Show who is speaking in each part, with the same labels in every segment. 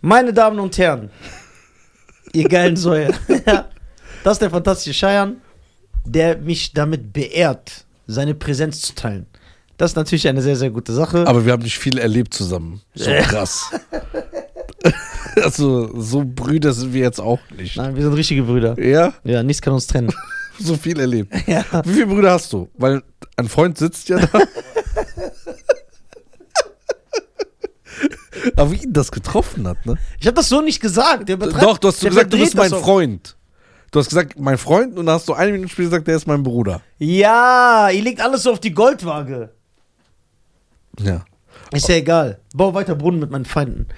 Speaker 1: Meine Damen und Herren, ihr geilen Säue, das ist der fantastische Scheiern, der mich damit beehrt, seine Präsenz zu teilen. Das ist natürlich eine sehr, sehr gute Sache.
Speaker 2: Aber wir haben nicht viel erlebt zusammen. So
Speaker 1: Ja.
Speaker 2: krass. also, so Brüder sind wir jetzt auch nicht.
Speaker 1: Nein, wir sind richtige Brüder.
Speaker 2: Ja,
Speaker 1: Ja, nichts kann uns trennen.
Speaker 2: so viel erlebt.
Speaker 1: ja.
Speaker 2: Wie viele Brüder hast du? Weil ein Freund sitzt ja da. Aber wie ihn das getroffen hat, ne?
Speaker 1: Ich habe das so nicht gesagt. Der übertreibt-
Speaker 2: Doch, du hast
Speaker 1: der
Speaker 2: gesagt, du bist
Speaker 1: verdreht
Speaker 2: mein
Speaker 1: das auch.
Speaker 2: Freund. Du hast gesagt, mein Freund, und dann hast du eine Minute später gesagt, der ist mein Bruder.
Speaker 1: Ja, ihr legt alles so auf die Goldwaage.
Speaker 2: Ja.
Speaker 1: Ist ja egal. Bau weiter Brunnen mit meinen Feinden.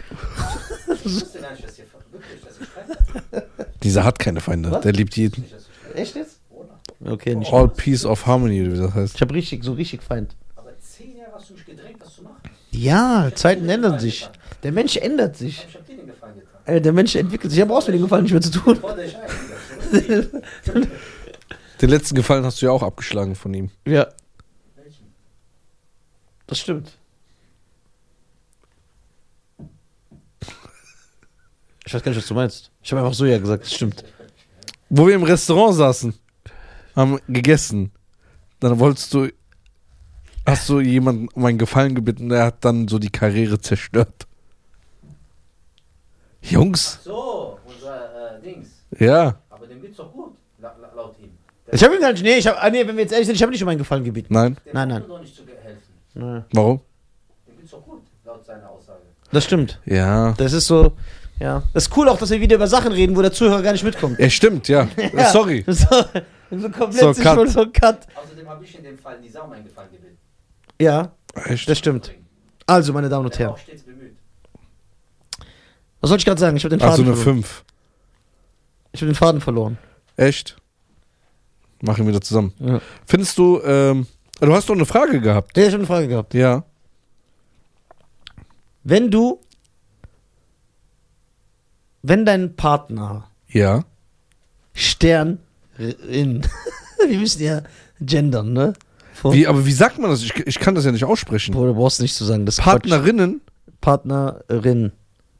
Speaker 3: Ich wusste gar nicht, dass ihr wirklich, dass ihr schreibt.
Speaker 2: Dieser hat keine Feinde,
Speaker 1: Was?
Speaker 2: der liebt jeden.
Speaker 3: dass ihr schreibt.
Speaker 1: Echt jetzt?
Speaker 3: Corona.
Speaker 1: Okay, nicht.
Speaker 2: All Peace of Harmony, oder wie das heißt.
Speaker 1: Ich habe richtig, so richtig Feind.
Speaker 3: Aber zehn Jahre hast du mich gedrängt, das zu machen.
Speaker 1: Ja, Zeiten ändern sich. Der Mensch ändert sich.
Speaker 3: Ich hab dir den Gefallen getan.
Speaker 1: Äh, Der Mensch entwickelt sich. Ich habe auch mit dem Gefallen nicht mehr zu tun.
Speaker 3: Vor der ich ein.
Speaker 2: Den letzten Gefallen hast du ja auch abgeschlagen von ihm.
Speaker 1: Ja,
Speaker 3: Welchen?
Speaker 1: das stimmt. Ich weiß gar nicht, was du meinst. Ich habe einfach so ja gesagt, das stimmt.
Speaker 2: Wo wir im Restaurant saßen, haben gegessen. Dann wolltest du, hast du jemanden um einen Gefallen gebeten, der hat dann so die Karriere zerstört. Jungs,
Speaker 3: So, unser äh, Dings.
Speaker 2: ja.
Speaker 3: Aber dem geht's doch gut, la la laut ihm.
Speaker 1: Ich habe ihm gar nicht. Nee, ich hab, ah, nee, wenn wir jetzt ehrlich sind, ich habe nicht um meinen Gefallen gebeten.
Speaker 2: Nein,
Speaker 3: Dem
Speaker 1: Nein,
Speaker 3: brauchst
Speaker 1: nein.
Speaker 3: du doch nicht zu ge- helfen.
Speaker 1: Nee.
Speaker 2: warum?
Speaker 3: Dem geht's doch gut, laut seiner Aussage.
Speaker 1: Das stimmt.
Speaker 2: Ja.
Speaker 1: Das ist so. Ja. Das ist cool auch, dass wir wieder über Sachen reden, wo der Zuhörer gar nicht mitkommt.
Speaker 2: Ja, stimmt, ja.
Speaker 1: Ja.
Speaker 2: Sorry.
Speaker 1: So, so komplett
Speaker 2: So,
Speaker 1: sich
Speaker 2: Cut.
Speaker 1: schon so cut.
Speaker 3: Außerdem habe ich in dem Fall Nizam einen Gefallen gebeten.
Speaker 1: Ja,
Speaker 2: Echt?
Speaker 1: das stimmt. Also, meine Damen und
Speaker 3: Der war
Speaker 1: Herren.
Speaker 3: auch stets bemüht.
Speaker 1: Was soll ich gerade sagen? Ich habe den Faden
Speaker 2: Also eine
Speaker 1: verloren.
Speaker 2: 5.
Speaker 1: Ich habe den Faden verloren.
Speaker 2: Echt? Machen wir das zusammen.
Speaker 1: Ja.
Speaker 2: Findest du, ähm, du hast doch eine Frage gehabt.
Speaker 1: Nee, ich habe eine Frage gehabt.
Speaker 2: Ja.
Speaker 1: Wenn du. Wenn dein Partner
Speaker 2: Ja.
Speaker 1: Stern in. wir müssen ja gendern, ne? Vor-
Speaker 2: Wie, aber wie sagt man das? Ich, ich kann das ja nicht aussprechen.
Speaker 1: Boah, du brauchst nicht zu sagen. Das ist Quatsch.
Speaker 2: Partnerinnen.
Speaker 1: Partnerin.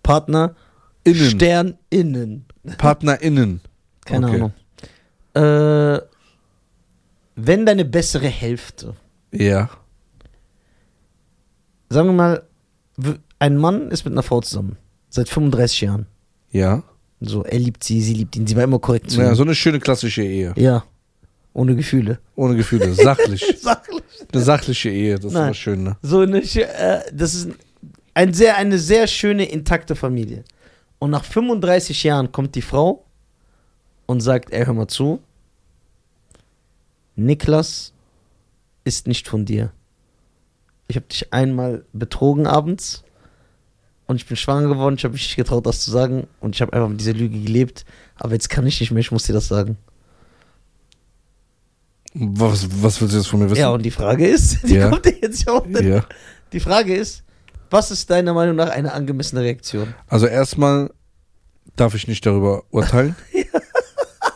Speaker 1: Partner.
Speaker 2: Innen.
Speaker 1: Stern innen.
Speaker 2: PartnerInnen.
Speaker 1: Keine
Speaker 2: Okay.
Speaker 1: Ahnung. Äh, wenn deine bessere Hälfte,
Speaker 2: Ja.
Speaker 1: sagen wir mal, w- ein Mann ist mit einer Frau zusammen, seit 35 Jahren.
Speaker 2: Ja.
Speaker 1: So, er liebt sie, sie liebt ihn, sie war immer korrekt zu
Speaker 2: ja.
Speaker 1: ihm.
Speaker 2: So eine schöne klassische Ehe.
Speaker 1: Ja, ohne Gefühle.
Speaker 2: Ohne Gefühle. Sachlich.
Speaker 1: Sachlich.
Speaker 2: Eine sachliche Ehe. Das ist
Speaker 1: Nein.
Speaker 2: immer schön, ne?
Speaker 1: So eine, schö- äh, das ist ein sehr, eine sehr schöne, intakte Familie. Und nach 35 Jahren kommt die Frau und sagt, ey, hör mal zu, Niklas ist nicht von dir. Ich habe dich einmal betrogen abends und ich bin schwanger geworden, ich habe mich nicht getraut, das zu sagen und ich habe einfach mit dieser Lüge gelebt, aber jetzt kann ich nicht mehr, ich muss dir das sagen.
Speaker 2: Was, was willst du jetzt von mir wissen?
Speaker 1: Ja, und die Frage ist, die
Speaker 2: Ja.
Speaker 1: kommt ja jetzt auch nicht.
Speaker 2: ja.
Speaker 1: Die Frage ist, was ist deiner Meinung nach eine angemessene Reaktion?
Speaker 2: Also erstmal darf ich nicht darüber urteilen.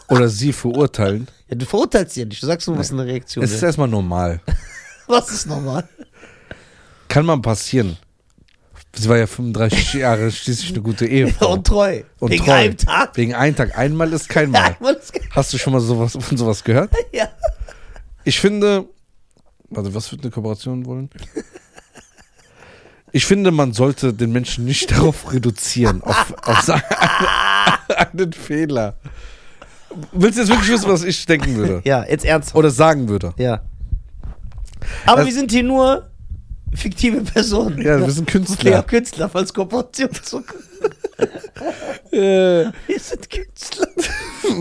Speaker 2: Oder sie verurteilen.
Speaker 1: Ja, du verurteilst sie ja nicht. Du sagst nur, was eine Reaktion
Speaker 2: Es ist
Speaker 1: ist.
Speaker 2: erstmal normal.
Speaker 1: Was ist normal?
Speaker 2: Kann man passieren. Sie war ja 35 Jahre schließlich eine gute Ehefrau.
Speaker 1: Und treu.
Speaker 2: Oh. Und
Speaker 1: Wegen
Speaker 2: treu.
Speaker 1: einem Tag.
Speaker 2: Wegen einem Tag. Einmal ist kein
Speaker 1: Ja,
Speaker 2: Mal.
Speaker 1: ich wollte es gar-
Speaker 2: Hast du schon mal sowas, von sowas gehört?
Speaker 1: ja.
Speaker 2: Ich finde, also was wird eine Kooperation wollen? Ich finde, man sollte den Menschen nicht darauf reduzieren, auf, auf seinen einen Fehler. Willst du jetzt wirklich wissen, was ich denken würde?
Speaker 1: ja, jetzt ernsthaft.
Speaker 2: Oder sagen würde?
Speaker 1: Ja. Aber
Speaker 2: Das-
Speaker 1: wir sind hier nur fiktive Personen.
Speaker 2: Also Ja, wir sind
Speaker 1: Ja,
Speaker 2: Künstler.
Speaker 1: Künstler, falls Kooperation zu
Speaker 2: Äh,
Speaker 1: Wir sind Künstler.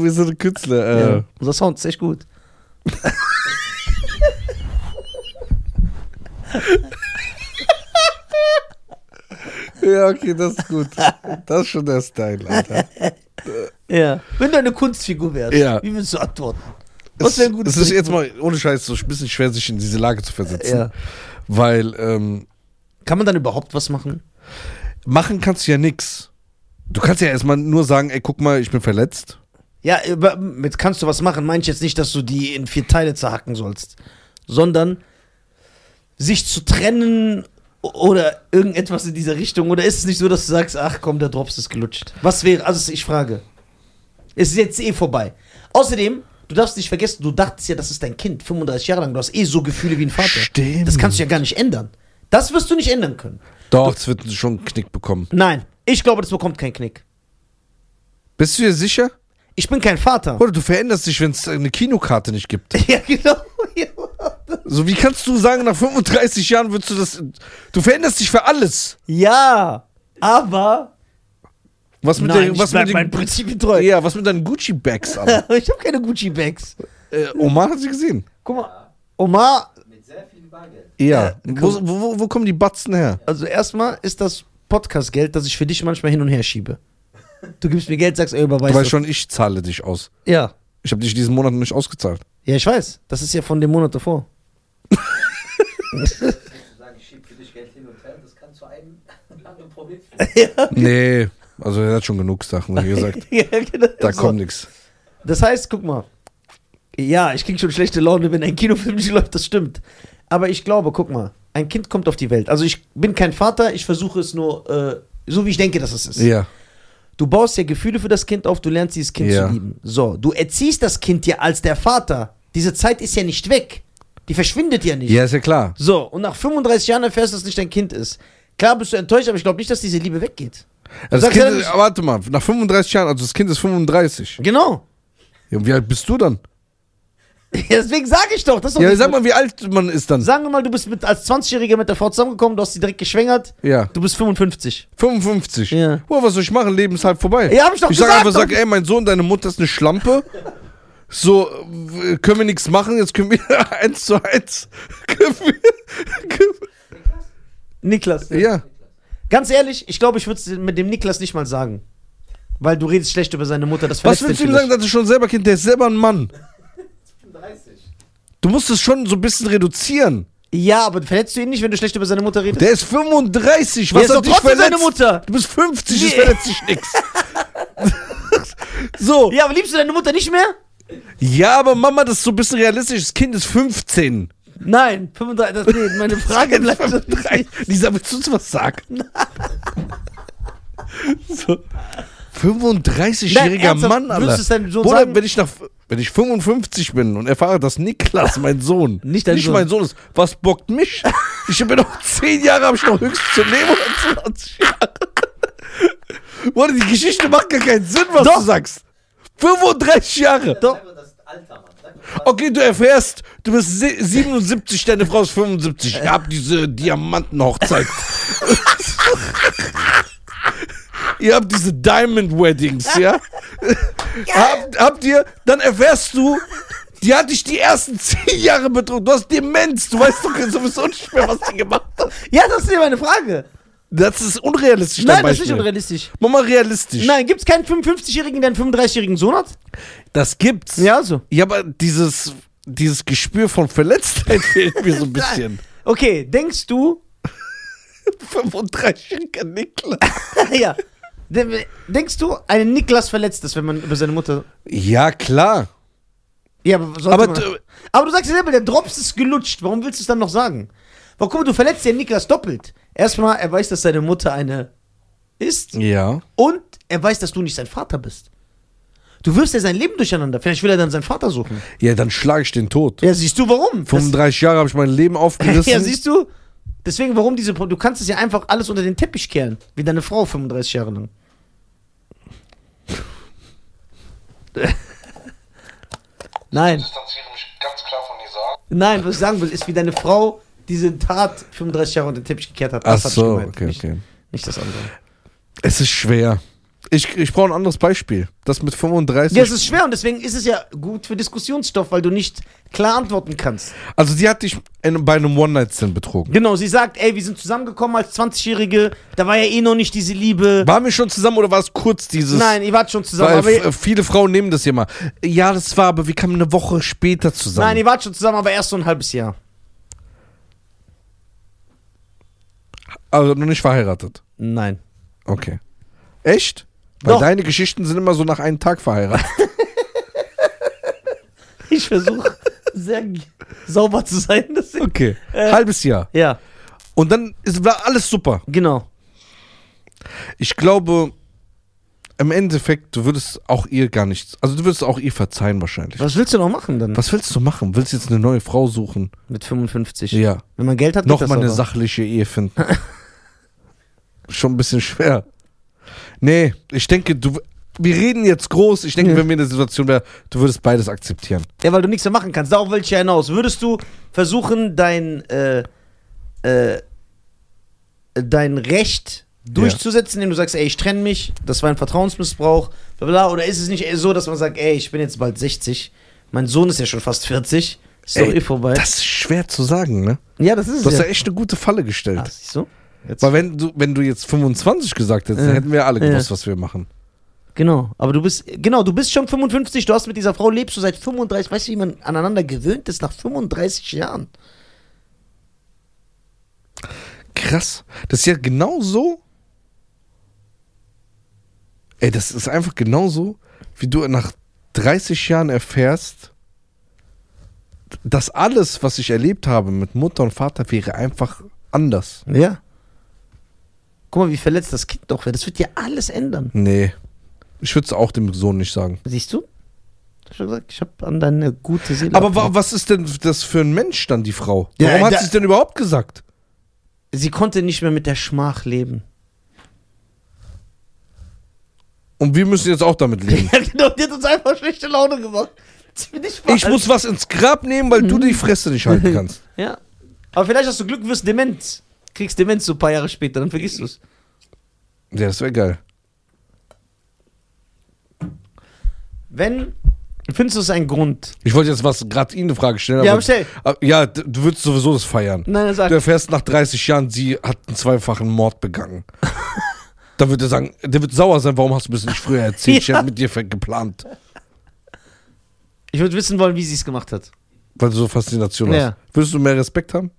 Speaker 2: wir sind Künstler. Äh,
Speaker 1: Ja. Unser Sound ist echt gut.
Speaker 2: ja. okay, das ist gut. Das ist schon der Style, Alter.
Speaker 1: Ja. Wenn du eine Kunstfigur wärst,
Speaker 2: Ja.
Speaker 1: wie würdest du antworten?
Speaker 2: Es,
Speaker 1: Was wäre ein gutes
Speaker 2: es ist jetzt mal ohne Scheiß so ein bisschen schwer, sich in diese Lage zu versetzen.
Speaker 1: Ja.
Speaker 2: Weil ähm,
Speaker 1: Kann man dann überhaupt was machen?
Speaker 2: machen kannst du ja nix. Du kannst ja erstmal nur sagen, ey, guck mal, ich bin verletzt.
Speaker 1: Ja, über, mit kannst du was machen, meine ich jetzt nicht, dass du die in vier Teile zerhacken sollst, sondern sich zu trennen Oder irgendetwas in dieser Richtung. Oder ist es nicht so, dass du sagst, ach komm, der Drops ist gelutscht? Was wäre, also ich frage. Es ist jetzt eh vorbei. Außerdem, du darfst nicht vergessen, du dachtest ja, das ist dein Kind, 35 Jahre lang. Du hast eh so Gefühle wie ein Vater.
Speaker 2: Stimmt.
Speaker 1: Das kannst du ja gar nicht ändern. Das wirst du nicht ändern können.
Speaker 2: Doch, es wird schon einen Knick bekommen.
Speaker 1: Nein, ich glaube, das bekommt keinen Knick.
Speaker 2: Bist du dir sicher?
Speaker 1: Ich bin kein Vater.
Speaker 2: Oder du veränderst dich, wenn es eine Kinokarte nicht gibt.
Speaker 1: Ja, genau. Ja.
Speaker 2: So, wie kannst du sagen, nach 35 Jahren würdest du das. Du veränderst dich für alles.
Speaker 1: Ja, aber
Speaker 2: Was mit
Speaker 1: nein,
Speaker 2: der, was
Speaker 1: ich bleib
Speaker 2: mit
Speaker 1: meinem
Speaker 2: den,
Speaker 1: Prinzip treu.
Speaker 2: Ja, was mit deinen Gucci-Bags an?
Speaker 1: Ich habe keine Gucci-Bags.
Speaker 2: äh, Omar hat sie gesehen.
Speaker 1: Guck mal, Omar,
Speaker 3: Mit sehr viel Bargeld.
Speaker 2: Ja.
Speaker 1: Ja,
Speaker 2: wo, wo, wo- wo kommen die Batzen her?
Speaker 1: also erstmal ist das Podcast-Geld, das ich für dich manchmal hin und her schiebe. Du gibst mir Geld, sagst, ey, überweist
Speaker 2: Du
Speaker 1: das.
Speaker 2: weißt schon, ich zahle dich aus.
Speaker 1: Ja.
Speaker 2: Ich habe dich diesen Monat noch nicht ausgezahlt.
Speaker 1: ja, ich weiß. Das ist ja von dem Monat davor.
Speaker 3: Zu sagen, ich schiebe für dich Geld hin und her, das kann zu einem anderen Problem führen.
Speaker 2: Nee, also er hat schon genug Sachen, wie gesagt.
Speaker 1: ja, genau.
Speaker 2: Da
Speaker 1: So.
Speaker 2: kommt nichts.
Speaker 1: Das heißt, guck mal. Ja, ich krieg schon schlechte Laune, wenn ein Kinofilm nicht läuft, das stimmt. Aber ich glaube, guck mal, ein Kind kommt auf die Welt. Also ich bin kein Vater, ich versuche es nur, äh, so wie ich denke, dass es ist.
Speaker 2: Ja.
Speaker 1: Du baust ja Gefühle für das Kind auf, du lernst dieses Kind
Speaker 2: Ja.
Speaker 1: zu lieben. So, du erziehst das Kind ja als der Vater. Diese Zeit ist ja nicht weg. Die verschwindet ja nicht.
Speaker 2: Ja, ist ja klar.
Speaker 1: So, und nach 35 Jahren erfährst du, dass es nicht dein Kind ist. Klar bist du enttäuscht, aber ich glaube nicht, dass diese Liebe weggeht.
Speaker 2: Also Das
Speaker 1: sagst
Speaker 2: kind,
Speaker 1: ja nicht-
Speaker 2: ist- warte mal, nach 35 Jahren, also das Kind ist 35.
Speaker 1: Genau.
Speaker 2: Ja, und wie alt bist du dann?
Speaker 1: Deswegen sage ich doch, das ist doch
Speaker 2: Ja,
Speaker 1: nicht
Speaker 2: sag mal, wie alt man ist dann?
Speaker 1: Sagen wir mal, du bist mit, als 20-Jähriger mit der Frau zusammengekommen, du hast sie direkt geschwängert.
Speaker 2: Ja,
Speaker 1: Du bist 55.
Speaker 2: 55.
Speaker 1: Ja.
Speaker 2: Boah, was soll ich machen? Leben ist halb vorbei.
Speaker 1: Ja, hab ich doch
Speaker 2: ich
Speaker 1: gesagt,
Speaker 2: sag einfach,
Speaker 1: doch.
Speaker 2: sag, ey, mein Sohn, deine Mutter ist eine Schlampe. So, w- können wir nichts machen, jetzt können wir eins zu eins. Können wir, können
Speaker 1: Niklas.
Speaker 2: wir, ja.
Speaker 1: Ganz ehrlich, ich glaube, ich würde es mit dem Niklas nicht mal sagen. Weil du redest schlecht über seine Mutter. Das
Speaker 2: Was
Speaker 1: verletzt
Speaker 2: willst du
Speaker 1: ihn
Speaker 2: ihm sagen,
Speaker 1: vielleicht.
Speaker 2: dass du schon selber Kind, der ist selber ein Mann.
Speaker 3: 35.
Speaker 2: Du musst es schon so ein bisschen reduzieren.
Speaker 1: Ja, aber verletzt du ihn nicht, wenn du schlecht über seine Mutter redest?
Speaker 2: Der ist 35,
Speaker 1: Der
Speaker 2: was
Speaker 1: ist
Speaker 2: hat
Speaker 1: doch
Speaker 2: dich
Speaker 1: trotzdem
Speaker 2: verletzt?
Speaker 1: seine Mutter.
Speaker 2: Du bist 50, es
Speaker 1: Nee.
Speaker 2: verletzt dich nix. so.
Speaker 1: Ja, aber liebst du deine Mutter nicht mehr?
Speaker 2: Ja, aber Mama, das ist so ein bisschen realistisch. Das Kind ist 15.
Speaker 1: Nein, 35. Das, nee, meine Frage bleibt. so
Speaker 2: Drei. Lisa, willst du uns was sagen? so. 35-jähriger
Speaker 1: ernsthaft,
Speaker 2: Mann,
Speaker 1: würdest du es deinem Sohn
Speaker 2: Bruder,
Speaker 1: sagen?
Speaker 2: wenn ich nach wenn ich 55 bin und erfahre, dass Niklas mein Sohn
Speaker 1: Nicht dein Sohn.
Speaker 2: mein Sohn ist, was bockt mich? Ich bin noch 10 Jahre, habe ich noch höchstens zu leben oder 20 Jahre. Bruder, die Geschichte macht gar keinen Sinn, was
Speaker 1: Doch.
Speaker 2: du sagst. 35 Jahre.
Speaker 1: Doch.
Speaker 3: Sag mal, das Alter, Mann. Sag mal, was-
Speaker 2: Okay, du erfährst, du bist se- 77, deine Frau ist 75. Ich hab diese Diamantenhochzeit. ihr habt diese Diamond Weddings, ja? habt, habt ihr, dann erfährst du, die hat dich die ersten 10 Jahre betrogen. Du hast Demenz, du weißt doch sowieso nicht mehr, was die gemacht hat.
Speaker 1: Ja, das ist ja meine Frage.
Speaker 2: Das ist unrealistisch, dein
Speaker 1: Nein, das ist nicht
Speaker 2: Beispiel.
Speaker 1: unrealistisch.
Speaker 2: Mach mal realistisch.
Speaker 1: Nein, gibt es keinen 55-Jährigen, der einen 35-jährigen Sohn hat?
Speaker 2: Das gibt's.
Speaker 1: Ja, also. so.
Speaker 2: ja aber dieses, dieses Gespür von Verletztheit fehlt mir so ein bisschen.
Speaker 1: Okay, denkst du,
Speaker 2: 35-jähriger Niklas.
Speaker 1: ja. De- Denkst du, ein Niklas verletzt ist, wenn man über seine Mutter.
Speaker 2: Ja, klar.
Speaker 1: Ja, aber sollte
Speaker 2: Aber
Speaker 1: man.
Speaker 2: du-
Speaker 1: aber du sagst ja selber, der Drops ist gelutscht. Warum willst du es dann noch sagen? Warum, guck mal, du verletzt den Niklas doppelt. Erstmal, er weiß, dass seine Mutter eine ist.
Speaker 2: Ja.
Speaker 1: Und er weiß, dass du nicht sein Vater bist. Du wirfst ja sein Leben durcheinander. Vielleicht will er dann seinen Vater suchen.
Speaker 2: Ja, dann schlage ich den tot.
Speaker 1: Ja, siehst du, warum? Das-
Speaker 2: 35 Jahre habe ich mein Leben aufgerissen.
Speaker 1: ja, siehst du? Deswegen, warum diese. Pro- Du kannst es ja einfach alles unter den Teppich kehren. Wie deine Frau 35 Jahre lang. Nein.
Speaker 4: distanziere mich ganz klar von dieser
Speaker 1: Nein, was ich sagen will, ist, wie deine Frau diese Tat 35 Jahre unter den Teppich gekehrt hat.
Speaker 2: Ach
Speaker 1: hab ich
Speaker 2: so,
Speaker 1: gemeint,
Speaker 2: okay,
Speaker 1: nicht,
Speaker 2: okay.
Speaker 1: Nicht das andere.
Speaker 2: Es ist schwer. Ich, ich brauche ein anderes Beispiel. Das mit 35.
Speaker 1: Ja, es ist schwer und deswegen ist es ja gut für Diskussionsstoff, weil du nicht klar antworten kannst.
Speaker 2: also, sie hat dich in, bei einem One-Night-Stand betrogen.
Speaker 1: Genau, sie sagt, ey, wir sind zusammengekommen als 20-Jährige, da war ja eh noch nicht diese Liebe.
Speaker 2: Waren wir schon zusammen oder war es kurz dieses?
Speaker 1: Nein, ihr wart schon zusammen.
Speaker 2: Weil
Speaker 1: Aber
Speaker 2: f- viele Frauen nehmen das hier mal. Ja, das war, aber wir kamen eine Woche später zusammen.
Speaker 1: Nein, ihr wart schon zusammen, aber erst so ein halbes Jahr.
Speaker 2: also noch nicht verheiratet.
Speaker 1: Nein.
Speaker 2: Okay. Echt? Weil
Speaker 1: Doch.
Speaker 2: deine Geschichten sind immer so nach einem Tag verheiratet.
Speaker 1: Ich versuche sehr g- sauber zu sein. Deswegen.
Speaker 2: Okay.
Speaker 1: Äh.
Speaker 2: Halbes Jahr.
Speaker 1: Ja.
Speaker 2: Und dann ist, war alles super.
Speaker 1: Genau.
Speaker 2: Ich glaube, im Endeffekt, du würdest auch ihr gar nichts. Also, du würdest auch ihr verzeihen, wahrscheinlich.
Speaker 1: Was willst du noch machen dann?
Speaker 2: Was willst du machen? Willst du jetzt eine neue Frau suchen?
Speaker 1: Mit 55.
Speaker 2: Ja.
Speaker 1: Wenn man Geld hat, geht das
Speaker 2: Nochmal eine
Speaker 1: aber.
Speaker 2: sachliche Ehe finden. Schon ein bisschen schwer. Nee, ich denke, du. Wir reden jetzt groß. Ich denke,
Speaker 1: Ja.
Speaker 2: wenn wir in der Situation wären, du würdest beides akzeptieren.
Speaker 1: Ja, weil du nichts mehr machen kannst. Darauf will ich ja hinaus. Würdest du versuchen, dein, äh, äh, dein Recht durchzusetzen, indem du sagst, ey, ich trenne mich, das war ein Vertrauensmissbrauch, bla bla, oder ist es nicht so, dass man sagt, ey, ich bin jetzt bald 60, mein Sohn ist ja schon fast 40, ist doch
Speaker 2: Ey,
Speaker 1: eh vorbei.
Speaker 2: Das ist schwer zu sagen, ne?
Speaker 1: ja, das ist
Speaker 2: Du
Speaker 1: es
Speaker 2: hast
Speaker 1: ja.
Speaker 2: ja echt eine gute Falle gestellt.
Speaker 1: Ah, siehst du? Jetzt.
Speaker 2: Weil wenn du, wenn du jetzt 25 gesagt hättest,
Speaker 1: Ja.
Speaker 2: dann hätten wir alle
Speaker 1: Ja.
Speaker 2: gewusst, was wir machen.
Speaker 1: Genau, aber du bist, genau, du bist schon 55, du hast mit dieser Frau lebst du seit 35, weißt du, wie man aneinander gewöhnt ist nach 35 Jahren.
Speaker 2: Krass. Das ist ja genau so. Ey, das ist einfach genauso, wie du nach 30 Jahren erfährst, dass alles, was ich erlebt habe mit Mutter und Vater, wäre einfach anders.
Speaker 1: Ja. Guck mal, wie verletzt das Kind doch wäre. Das wird ja alles ändern.
Speaker 2: Nee. Ich würde es auch dem Sohn nicht sagen.
Speaker 1: Siehst du? Ich hab schon gesagt, ich habe an deine gute Seele.
Speaker 2: Aber wa
Speaker 1: abgelacht.
Speaker 2: was ist denn das für ein Mensch dann, die Frau?
Speaker 1: Ja,
Speaker 2: Warum
Speaker 1: da-
Speaker 2: hat sie es denn überhaupt gesagt?
Speaker 1: sie konnte nicht mehr mit der Schmach leben.
Speaker 2: Und wir müssen jetzt auch damit leben.
Speaker 1: Ja, genau, die hat uns einfach schlechte Laune gemacht. Sie will nicht mal-
Speaker 2: Ich muss was ins Grab nehmen, weil du die Fresse nicht halten kannst.
Speaker 1: Ja. Aber vielleicht hast du Glück, wirst dement. Kriegst Demenz so ein paar Jahre später, dann vergisst du es.
Speaker 2: Ja, das wäre geil.
Speaker 1: Wenn. Findest du es einen Grund?
Speaker 2: Ich wollte jetzt was gerade Ihnen eine Frage stellen.
Speaker 1: Ja, aber stell.
Speaker 2: aber- Ah, Ja, d- du würdest sowieso das feiern.
Speaker 1: Nein, er
Speaker 2: Du
Speaker 1: sagt.
Speaker 2: erfährst nach 30 Jahren, sie hat einen zweifachen Mord begangen. Dann wird er sagen, der wird sauer sein, warum hast du mir das nicht früher erzählt? Ich
Speaker 1: Ja.
Speaker 2: habe mit dir ver- geplant,
Speaker 1: Ich würde wissen wollen, wie sie es gemacht hat.
Speaker 2: weil du so Faszination
Speaker 1: Ja.
Speaker 2: hast. Würdest du mehr Respekt haben?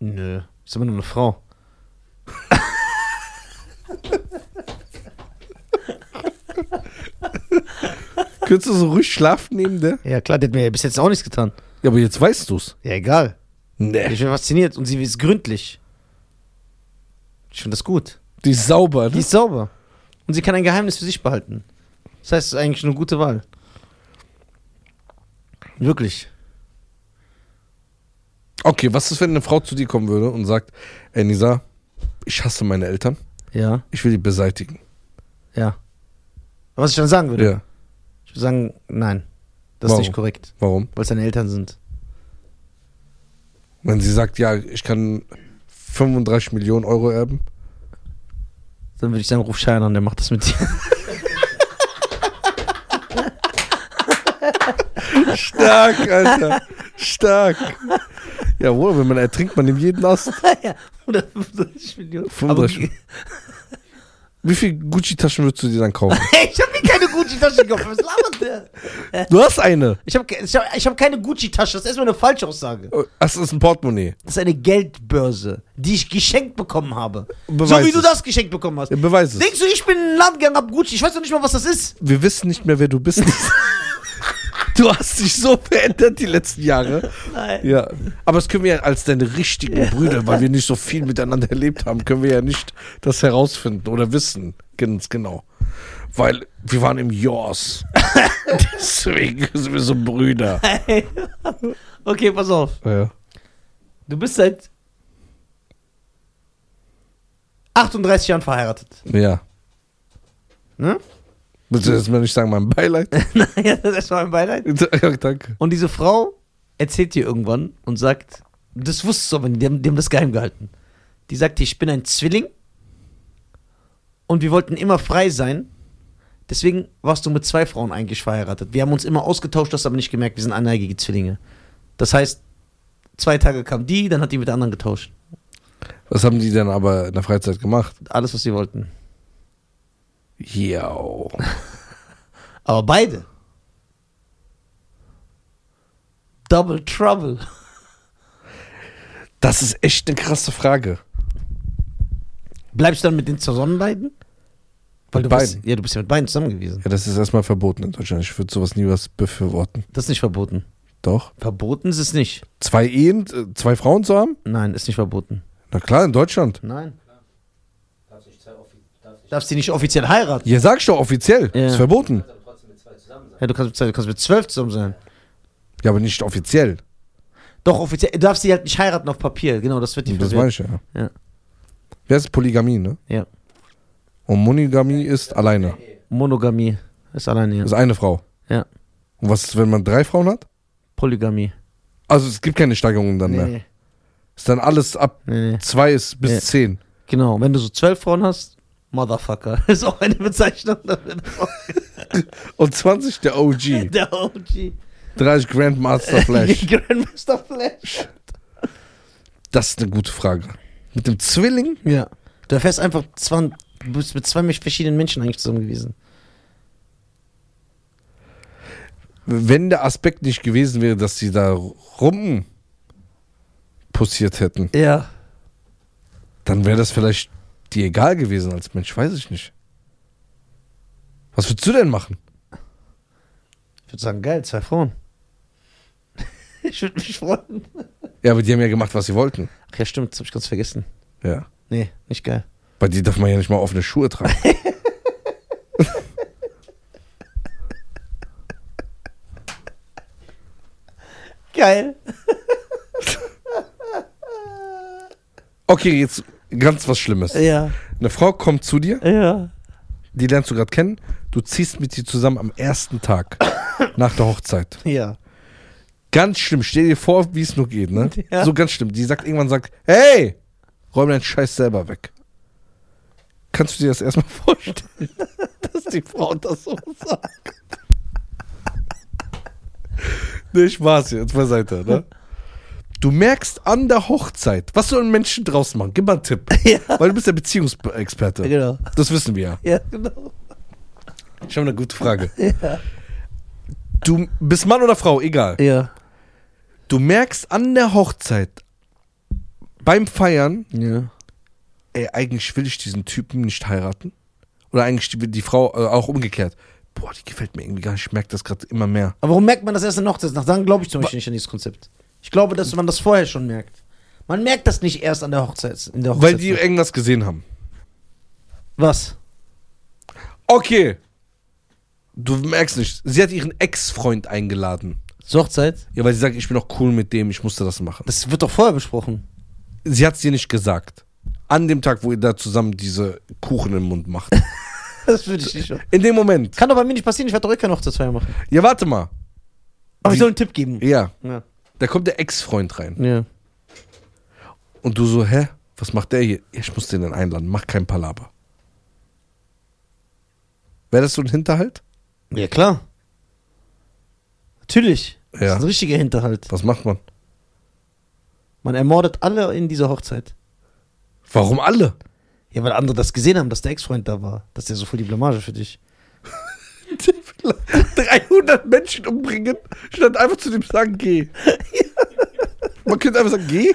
Speaker 1: Nö. Ist immer nur eine Frau.
Speaker 2: Könntest du so ruhig schlafen neben der?
Speaker 1: Ja, klar, die hat mir ja bis jetzt auch nichts getan.
Speaker 2: Ja, aber jetzt weißt du's.
Speaker 1: Ja, egal.
Speaker 2: Nee.
Speaker 1: Äh. Ich bin fasziniert und sie ist gründlich. Ich finde das gut.
Speaker 2: Die ist sauber.
Speaker 1: Die
Speaker 2: Ne?
Speaker 1: ist sauber. Und sie kann ein Geheimnis für sich behalten. Das heißt, es ist eigentlich eine gute Wahl. Wirklich.
Speaker 2: Okay, was ist, wenn eine Frau zu dir kommen würde und sagt, ey Nisa, ich hasse meine Eltern,
Speaker 1: Ja,
Speaker 2: ich will die beseitigen.
Speaker 1: ja. Was ich dann sagen würde?
Speaker 2: Ja.
Speaker 1: Ich würde sagen, nein. Das
Speaker 2: Warum?
Speaker 1: ist nicht korrekt,
Speaker 2: Warum?
Speaker 1: weil es deine Eltern sind.
Speaker 2: Wenn sie sagt, ja, ich kann 35 Millionen Euro erben.
Speaker 1: Dann würde ich sagen, ruf Schein an, der macht das mit dir.
Speaker 2: Stark, Alter. Stark. Jawohl, wenn man ertrinkt, man nimmt jeden Ast.
Speaker 1: ja, 135 Millionen.
Speaker 2: 35. Wie viel Gucci-Taschen würdest du dir dann kaufen?
Speaker 1: Aber, ich habe mir keine Gucci-Tasche gekauft. Was labert der?
Speaker 2: Du hast eine.
Speaker 1: Ich habe ich hab, ich hab keine Gucci-Tasche. Das ist erstmal eine falsche Aussage.
Speaker 2: Oh, Das ist ein Portemonnaie.
Speaker 1: Das ist eine Geldbörse, die ich geschenkt bekommen habe.
Speaker 2: Beweis
Speaker 1: so wie du
Speaker 2: es.
Speaker 1: das geschenkt bekommen hast.
Speaker 2: Ja, beweis es.
Speaker 1: Denkst du, ich bin in den Laden gegangen, hab Gucci? Ich weiß doch nicht mal, was das ist.
Speaker 2: Wir wissen nicht mehr, wer du bist. Du hast dich so verändert die letzten Jahre.
Speaker 1: Nein.
Speaker 2: Ja. Aber das können wir ja als deine richtigen Brüder, weil wir nicht so viel miteinander erlebt haben, können wir ja nicht das herausfinden oder wissen. Ganz genau. Weil wir waren im Jaws. Deswegen sind wir so Brüder.
Speaker 1: Okay, pass auf.
Speaker 2: Ja.
Speaker 1: Du bist seit 38 Jahren verheiratet.
Speaker 2: ja.
Speaker 1: Ne?
Speaker 2: Willst du jetzt mal nicht sagen, mein Beileid?
Speaker 1: naja, das ist erstmal ein Beileid.
Speaker 2: ja, danke.
Speaker 1: Und diese Frau erzählt dir irgendwann und sagt, das wusstest du aber nicht, die haben, die haben das geheim gehalten. Die sagt dir, ich bin ein Zwilling und wir wollten immer frei sein. Deswegen warst du mit zwei Frauen eigentlich verheiratet. Wir haben uns immer ausgetauscht, hast aber nicht gemerkt, wir sind eineigige Zwillinge. Das heißt, zwei Tage kam die, dann hat die mit der anderen getauscht.
Speaker 2: Was haben die denn aber in der Freizeit gemacht?
Speaker 1: Alles, was sie wollten.
Speaker 2: Yo.
Speaker 1: Aber beide. Double Trouble.
Speaker 2: Das ist echt eine krasse Frage.
Speaker 1: Bleibst du dann mit den zusammen beiden? Weil
Speaker 2: Mit
Speaker 1: du bist,
Speaker 2: beiden?
Speaker 1: ja, du bist ja mit beiden zusammen gewesen.
Speaker 2: Ja, das ist erstmal verboten in Deutschland. Ich würde sowas nie was befürworten.
Speaker 1: Das ist nicht verboten.
Speaker 2: Doch.
Speaker 1: Verboten ist es nicht.
Speaker 2: Zwei Ehen, äh, zwei Frauen zu haben?
Speaker 1: Nein, ist nicht verboten.
Speaker 2: Na klar, in Deutschland.
Speaker 1: Nein.
Speaker 3: Darfst nicht zwei offi- darfst nicht
Speaker 1: Darfst sie nicht offiziell heiraten?
Speaker 2: Ja, sag ich doch offiziell.
Speaker 1: Ja.
Speaker 2: Ist verboten.
Speaker 3: aber trotzdem mit zwei zusammen sein.
Speaker 1: Ja, du kannst, mit zwei- du kannst mit zwölf zusammen sein.
Speaker 2: Ja, aber nicht offiziell.
Speaker 1: Doch, offiziell. Du darfst sie halt nicht heiraten auf Papier. Genau, das wird die
Speaker 2: Das
Speaker 1: verwirrt.
Speaker 2: meine ich ja.
Speaker 1: Ja.
Speaker 2: Wer ist Polygamie, ne?
Speaker 1: Ja.
Speaker 2: Und Monogamie ist alleine.
Speaker 1: Monogamie ist alleine. Ja.
Speaker 2: Ist eine Frau.
Speaker 1: ja.
Speaker 2: Und was ist, wenn man drei Frauen hat?
Speaker 1: Polygamie.
Speaker 2: Also es gibt keine Steigerungen dann mehr.
Speaker 1: Nee,
Speaker 2: Ist dann alles ab
Speaker 1: nee, nee.
Speaker 2: zwei ist bis
Speaker 1: Nee.
Speaker 2: zehn.
Speaker 1: Genau, wenn du so zwölf Frauen hast, Motherfucker. Ist auch eine Bezeichnung dafür.
Speaker 2: Und 20 der OG.
Speaker 1: Der OG.
Speaker 2: 30 Grandmaster Flash.
Speaker 1: Grandmaster Flash.
Speaker 2: Das ist eine gute Frage. Mit dem Zwilling?
Speaker 1: Ja. Du wärst einfach zwei, du bist mit zwei verschiedenen Menschen eigentlich zusammen gewesen.
Speaker 2: Wenn der Aspekt nicht gewesen wäre, dass sie da rum pussiert hätten,
Speaker 1: Ja.
Speaker 2: dann wäre das vielleicht dir egal gewesen als Mensch, weiß ich nicht. Was würdest du denn machen?
Speaker 1: Ich würde sagen, geil, zwei Frauen. Ich würde mich freuen.
Speaker 2: Ja, aber die haben ja gemacht, was sie wollten.
Speaker 1: Ach ja, stimmt, das habe ich ganz vergessen.
Speaker 2: Ja.
Speaker 1: Nee, nicht geil.
Speaker 2: Bei dir darf man ja nicht mal offene Schuhe tragen.
Speaker 1: Geil.
Speaker 2: Okay, jetzt ganz was Schlimmes.
Speaker 1: Ja,
Speaker 2: Eine Frau kommt zu dir,
Speaker 1: ja.
Speaker 2: die lernst du gerade kennen, du ziehst mit ihr zusammen am ersten Tag nach der Hochzeit.
Speaker 1: Ja.
Speaker 2: Ganz schlimm, stell dir vor, wie es nur geht, ne?
Speaker 1: Ja.
Speaker 2: So ganz schlimm. Die sagt irgendwann sagt, hey, räum deinen Scheiß selber weg. Kannst du dir das erstmal vorstellen, dass die Frau das so sagt? Nee, Spaß jetzt beiseite, ne? Du merkst an der Hochzeit, was sollen Menschen draus machen? Gib mal einen Tipp. Weil du bist der Beziehungsexperte.
Speaker 1: Genau.
Speaker 2: Das wissen wir ja.
Speaker 1: Ja, genau.
Speaker 2: Ich habe eine gute Frage. Du bist Mann oder Frau, egal.
Speaker 1: Ja.
Speaker 2: Du merkst an der Hochzeit, beim Feiern,
Speaker 1: Ja.
Speaker 2: ey, eigentlich will ich diesen Typen nicht heiraten. Oder eigentlich die, die Frau äh, auch umgekehrt. Boah, die gefällt mir irgendwie gar nicht. Ich merke das gerade immer mehr.
Speaker 1: Aber warum merkt man das erst in der Hochzeit? Nach dann glaube ich zum Beispiel nicht an dieses Konzept. Ich glaube, dass man das vorher schon merkt. Man merkt das nicht erst an der Hochzeit. In der Hochzeit
Speaker 2: Weil die irgendwas gesehen haben.
Speaker 1: Was?
Speaker 2: Okay. Du merkst nicht. Sie hat ihren Ex-Freund eingeladen.
Speaker 1: Zur Hochzeit?
Speaker 2: Ja, weil sie sagt, ich bin auch cool mit dem, ich musste das machen.
Speaker 1: Das wird doch vorher besprochen.
Speaker 2: Sie hat es dir nicht gesagt. An dem Tag, wo ihr da zusammen diese Kuchen im Mund macht.
Speaker 1: Das würde ich nicht. machen.
Speaker 2: In dem Moment.
Speaker 1: Kann doch bei mir nicht passieren, ich werde doch eh keine Hochzeitsfeier machen.
Speaker 2: Ja, warte mal.
Speaker 1: Aber ich soll einen Tipp geben.
Speaker 2: Ja,
Speaker 1: Ja.
Speaker 2: da kommt der Ex-Freund rein.
Speaker 1: ja.
Speaker 2: Und du so, hä? Was macht der hier? Ja, Ich muss den dann einladen. Mach kein Palaber. Wäre das so ein Hinterhalt?
Speaker 1: Ja, klar. Natürlich. Das
Speaker 2: Ja.
Speaker 1: ist ein richtiger Hinterhalt.
Speaker 2: Was macht man?
Speaker 1: Man ermordet alle in dieser Hochzeit.
Speaker 2: Warum alle?
Speaker 1: Ja, weil andere das gesehen haben, dass der Ex-Freund da war. Das ist ja so voll die Blamage für dich.
Speaker 2: 300 Menschen umbringen, statt einfach zu dem sagen, geh. Man könnte einfach sagen, geh.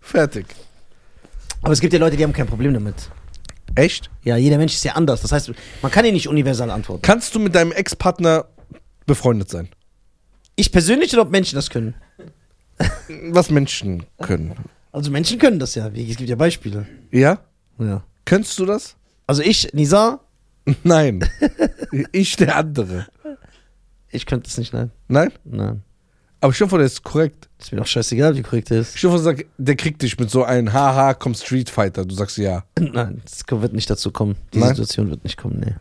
Speaker 2: Fertig.
Speaker 1: Aber es gibt ja Leute, die haben kein Problem damit.
Speaker 2: Echt?
Speaker 1: Ja, jeder Mensch ist ja anders. Das heißt, man kann ja nicht universal antworten.
Speaker 2: Kannst du mit deinem Ex-Partner befreundet sein?
Speaker 1: Ich persönlich oder ob Menschen das können?
Speaker 2: Was Menschen können.
Speaker 1: Also Menschen können das ja. Es gibt ja Beispiele.
Speaker 2: Ja?
Speaker 1: Ja.
Speaker 2: Könntest du das?
Speaker 1: Also ich, Nisa,
Speaker 2: Nein. Ich der andere.
Speaker 1: ich könnte das nicht, nein.
Speaker 2: Nein?
Speaker 1: Nein.
Speaker 2: Aber schon vor, der ist korrekt.
Speaker 1: Ist mir doch scheißegal, wie korrekt der ist.
Speaker 2: Stell dir vor, sag, der kriegt dich mit so einem Haha, komm Street Fighter. Du sagst ja.
Speaker 1: Nein, das wird nicht dazu kommen. Die
Speaker 2: Nein?
Speaker 1: Situation wird nicht kommen, nee.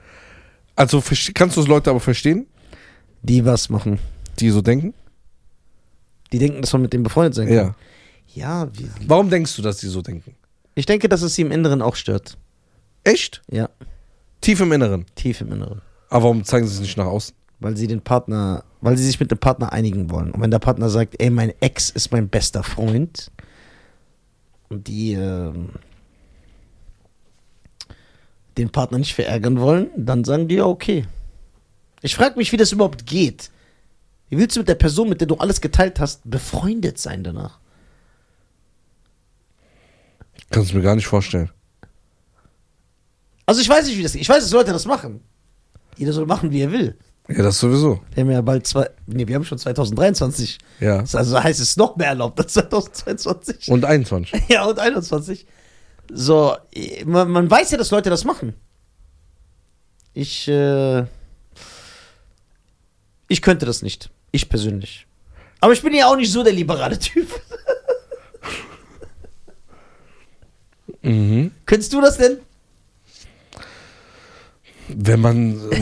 Speaker 2: Also verste- kannst du es Leute aber verstehen,
Speaker 1: Die was machen.
Speaker 2: die so denken?
Speaker 1: Die denken, dass man mit dem befreundet sein kann. Ja, wie,
Speaker 2: Warum denkst du, dass die so denken?
Speaker 1: ich denke, dass es sie im Inneren auch stört.
Speaker 2: Echt?
Speaker 1: Ja,
Speaker 2: Tief im Inneren.
Speaker 1: tief im Inneren.
Speaker 2: Aber warum zeigen sie es nicht nach außen?
Speaker 1: Weil sie den Partner, weil sie sich mit dem Partner einigen wollen. Und wenn der Partner sagt, ey, mein Ex ist mein bester Freund, und die ähm, den Partner nicht verärgern wollen, dann sagen die ja okay. Ich frage mich, wie das überhaupt geht. Wie willst du mit der Person, mit der du alles geteilt hast, befreundet sein danach?
Speaker 2: Kannst du mir gar nicht vorstellen.
Speaker 1: Also ich weiß nicht, wie das geht. Ich weiß, dass Leute das machen. Jeder soll machen, wie er will.
Speaker 2: Ja, das sowieso.
Speaker 1: Wir haben ja bald zwei, nee, wir haben schon 2023.
Speaker 2: Ja.
Speaker 1: Das also heißt es ist noch mehr erlaubt als 2022.
Speaker 2: Und 21.
Speaker 1: ja, und 21. So, eh, man, man weiß ja, dass Leute das machen. Ich, äh, ich könnte das nicht. Ich persönlich. Aber ich bin ja auch nicht so der liberale Typ.
Speaker 2: Mhm.
Speaker 1: Könntest du das denn?
Speaker 2: Wenn man. äh,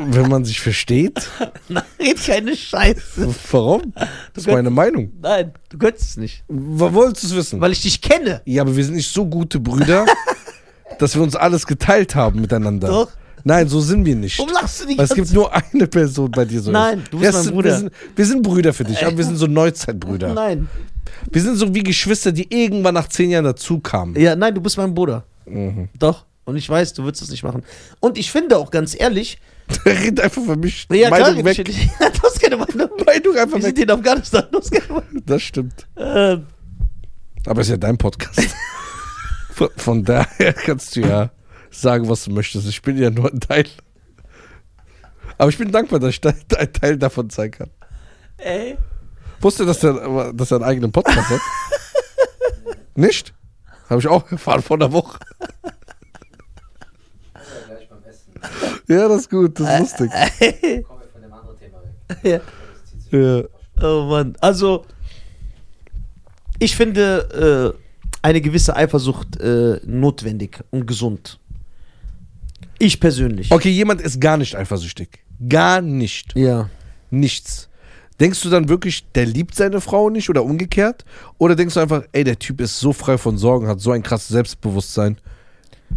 Speaker 2: wenn man sich versteht,
Speaker 1: Nein, keine Scheiße.
Speaker 2: warum? Das ist meine Meinung.
Speaker 1: Nein, du könntest es nicht.
Speaker 2: Wo wolltest du es wissen?
Speaker 1: Weil ich dich kenne.
Speaker 2: Ja, aber wir sind nicht so gute Brüder, dass wir uns alles geteilt haben miteinander.
Speaker 1: Doch. Um
Speaker 2: Nein, so sind wir nicht.
Speaker 1: Warum lachst du die
Speaker 2: Weil es
Speaker 1: ganze
Speaker 2: gibt nur eine Person bei dir so.
Speaker 1: Nein,
Speaker 2: ist.
Speaker 1: du bist
Speaker 2: Das
Speaker 1: mein
Speaker 2: sind-
Speaker 1: Bruder.
Speaker 2: Wir sind, wir sind Brüder für dich, aber wir sind so Neuzeitbrüder.
Speaker 1: Nein.
Speaker 2: Wir sind so wie Geschwister, die irgendwann nach zehn Jahren dazukamen.
Speaker 1: Ja, nein, du bist mein Bruder.
Speaker 2: Mhm.
Speaker 1: Doch. Und ich weiß, du würdest das nicht machen. Und ich finde auch ganz ehrlich,
Speaker 2: Der redet einfach für mich.
Speaker 1: ja,
Speaker 2: Meinung
Speaker 1: klar,
Speaker 2: weg.
Speaker 1: ich- Ja, das ist keine Meinung.
Speaker 2: Meinung einfach
Speaker 1: Wir sind
Speaker 2: weg.
Speaker 1: in Afghanistan. Das ist keine Meinung.
Speaker 2: Das stimmt.
Speaker 1: Ähm,
Speaker 2: Aber ist ja dein Podcast. von, von daher kannst du ja sagen, was du möchtest. Ich bin ja nur ein Teil. Aber ich bin dankbar, dass ich da- ein Teil davon sein kann.
Speaker 1: ey.
Speaker 2: Wusstest du, dass er, dass er einen eigenen Podcast hat? Nicht? Habe ich auch erfahren vor einer Woche.
Speaker 3: Das ist ja gleich beim Essen.
Speaker 2: Ja, das ist gut, das ist lustig.
Speaker 3: Kommen wir von dem anderen Thema weg.
Speaker 1: Ja.
Speaker 3: Das zieht sich
Speaker 2: Ja.
Speaker 1: Oh Mann. Also, ich finde äh, eine gewisse Eifersucht äh, notwendig und gesund. Ich persönlich.
Speaker 2: Okay, jemand ist gar nicht eifersüchtig. Gar nicht.
Speaker 1: Ja.
Speaker 2: Nichts. Denkst du dann wirklich, der liebt seine Frau nicht oder umgekehrt? Oder denkst du einfach, ey, der Typ ist so frei von Sorgen, hat so ein krasses Selbstbewusstsein,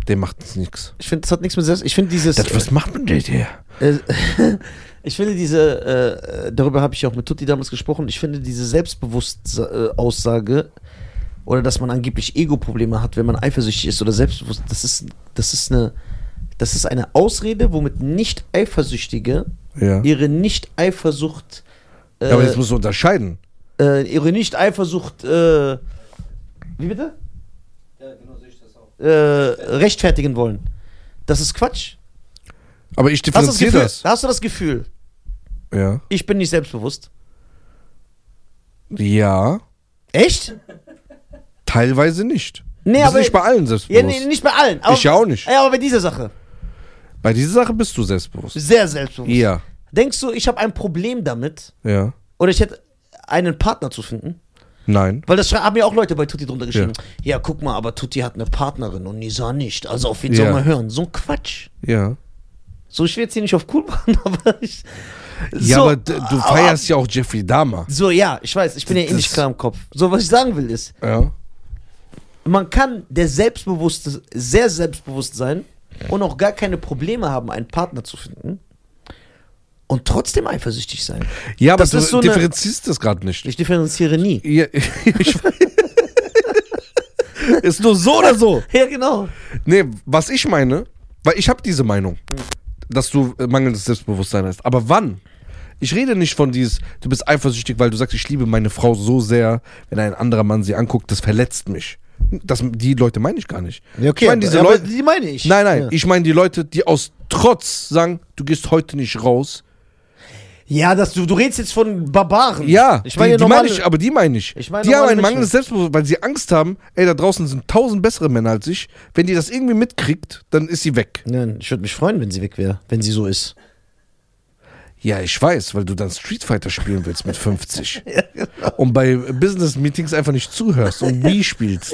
Speaker 2: dem macht es nichts.
Speaker 1: Ich finde, das hat nichts mit selbst. Ich finde dieses.
Speaker 2: Das, äh, was macht man denn der?
Speaker 1: Äh, ich finde diese, äh, darüber habe ich auch mit Tutti damals gesprochen, ich finde diese Selbstbewusst-Aussage oder dass man angeblich Ego-Probleme hat, wenn man eifersüchtig ist oder selbstbewusst, das ist, das ist eine, das ist eine Ausrede, womit Nicht-Eifersüchtige
Speaker 2: Ja.
Speaker 1: ihre Nicht-Eifersucht, äh,
Speaker 2: Ja, aber jetzt musst du unterscheiden.
Speaker 1: äh, ihre Nicht-Eifersucht, äh, wie bitte?
Speaker 3: Ja, genau so ich das auch.
Speaker 1: Äh, rechtfertigen wollen. Das ist Quatsch.
Speaker 2: Aber ich
Speaker 1: Hast du, das
Speaker 2: differenziere
Speaker 1: Gefühl,
Speaker 2: das.
Speaker 1: hast du das Gefühl,
Speaker 2: Ja.
Speaker 1: ich bin nicht selbstbewusst?
Speaker 2: Ja.
Speaker 1: Echt?
Speaker 2: Teilweise nicht.
Speaker 1: Nee,
Speaker 2: du bist
Speaker 1: aber-
Speaker 2: nicht bei allen
Speaker 1: Ja,
Speaker 2: selbstbewusst.
Speaker 1: nee, nicht bei allen. Aber,
Speaker 2: Ich ja auch nicht.
Speaker 1: Ja, aber bei dieser Sache.
Speaker 2: Bei dieser Sache bist du selbstbewusst.
Speaker 1: Sehr selbstbewusst.
Speaker 2: Ja.
Speaker 1: Denkst du, ich habe ein Problem damit?
Speaker 2: Ja.
Speaker 1: Oder ich hätte einen Partner zu finden?
Speaker 2: Nein.
Speaker 1: Weil das schrei- haben ja auch Leute bei Tutti drunter geschrieben. Ja, guck mal, aber Tutti hat eine Partnerin und Nisa nicht. Also auf wen soll
Speaker 2: Ja.
Speaker 1: man hören? So ein Quatsch.
Speaker 2: Ja.
Speaker 1: So, ich will jetzt hier nicht auf cool machen, aber ich.
Speaker 2: Ja,
Speaker 1: so,
Speaker 2: aber d- du feierst ja auch Jeffrey Dahmer.
Speaker 1: So, ja, ich weiß, ich bin ja eh
Speaker 2: Das-
Speaker 1: nicht klar im Kopf. So, was ich sagen will, ist,
Speaker 2: Ja.
Speaker 1: man kann der Selbstbewusste sehr selbstbewusst sein und auch gar keine Probleme haben, einen Partner zu finden und trotzdem eifersüchtig sein.
Speaker 2: Ja, aber
Speaker 1: Das
Speaker 2: du
Speaker 1: ist so eine-
Speaker 2: differenzierst das gerade nicht.
Speaker 1: Ich differenziere nie.
Speaker 2: Ja, ich ist nur so oder so.
Speaker 1: Ja, genau.
Speaker 2: Nee, was ich meine, weil ich habe diese Meinung, dass du äh, mangelndes Selbstbewusstsein hast. Aber wann? Ich rede nicht von dieses, du bist eifersüchtig, weil du sagst, ich liebe meine Frau so sehr, wenn ein anderer Mann sie anguckt, das verletzt mich. Das, die Leute meine ich gar nicht. Ich meine diese
Speaker 1: aber
Speaker 2: Leute.
Speaker 1: die meine ich.
Speaker 2: Nein, nein,
Speaker 1: Ja.
Speaker 2: ich meine die Leute, die aus Trotz sagen, du gehst heute nicht raus.
Speaker 1: Ja, das, du, du redest jetzt von Barbaren.
Speaker 2: Ja,
Speaker 1: ich meine,
Speaker 2: die, die meine
Speaker 1: normale,
Speaker 2: ich, aber die meine ich.
Speaker 1: Ich meine
Speaker 2: die haben
Speaker 1: normale
Speaker 2: ein mangelndes
Speaker 1: Menschen.
Speaker 2: Selbstbewusstsein, weil sie Angst haben, ey, da draußen sind tausend bessere Männer als ich. Wenn die das irgendwie mitkriegt, dann ist sie weg.
Speaker 1: Nein, ich würde mich freuen, wenn sie weg wäre, wenn sie so ist.
Speaker 2: Ja, ich weiß, weil du dann Street Fighter spielen willst mit 50.
Speaker 1: genau.
Speaker 2: Und bei Business Meetings einfach nicht zuhörst und Wii spielst.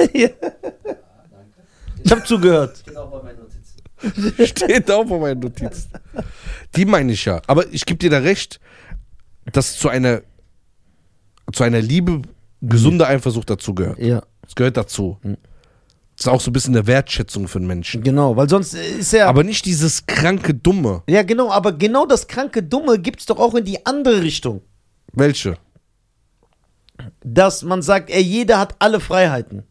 Speaker 1: Ich habe zugehört.
Speaker 3: Steht auch bei meinen Notizen.
Speaker 2: Steht auch bei meinen Notizen. Die meine ich ja. Aber ich gebe dir da recht, dass zu einer, zu einer Liebe gesunder Eifersucht dazugehört.
Speaker 1: Ja, Hm.
Speaker 2: Es gehört dazu. Das ist auch so ein bisschen eine Wertschätzung für einen Menschen.
Speaker 1: genau, weil sonst ist ja.
Speaker 2: Aber nicht dieses kranke Dumme.
Speaker 1: ja, genau, aber genau das kranke Dumme gibt's doch auch in die andere Richtung.
Speaker 2: Welche?
Speaker 1: Dass man sagt, ey, jeder hat alle Freiheiten.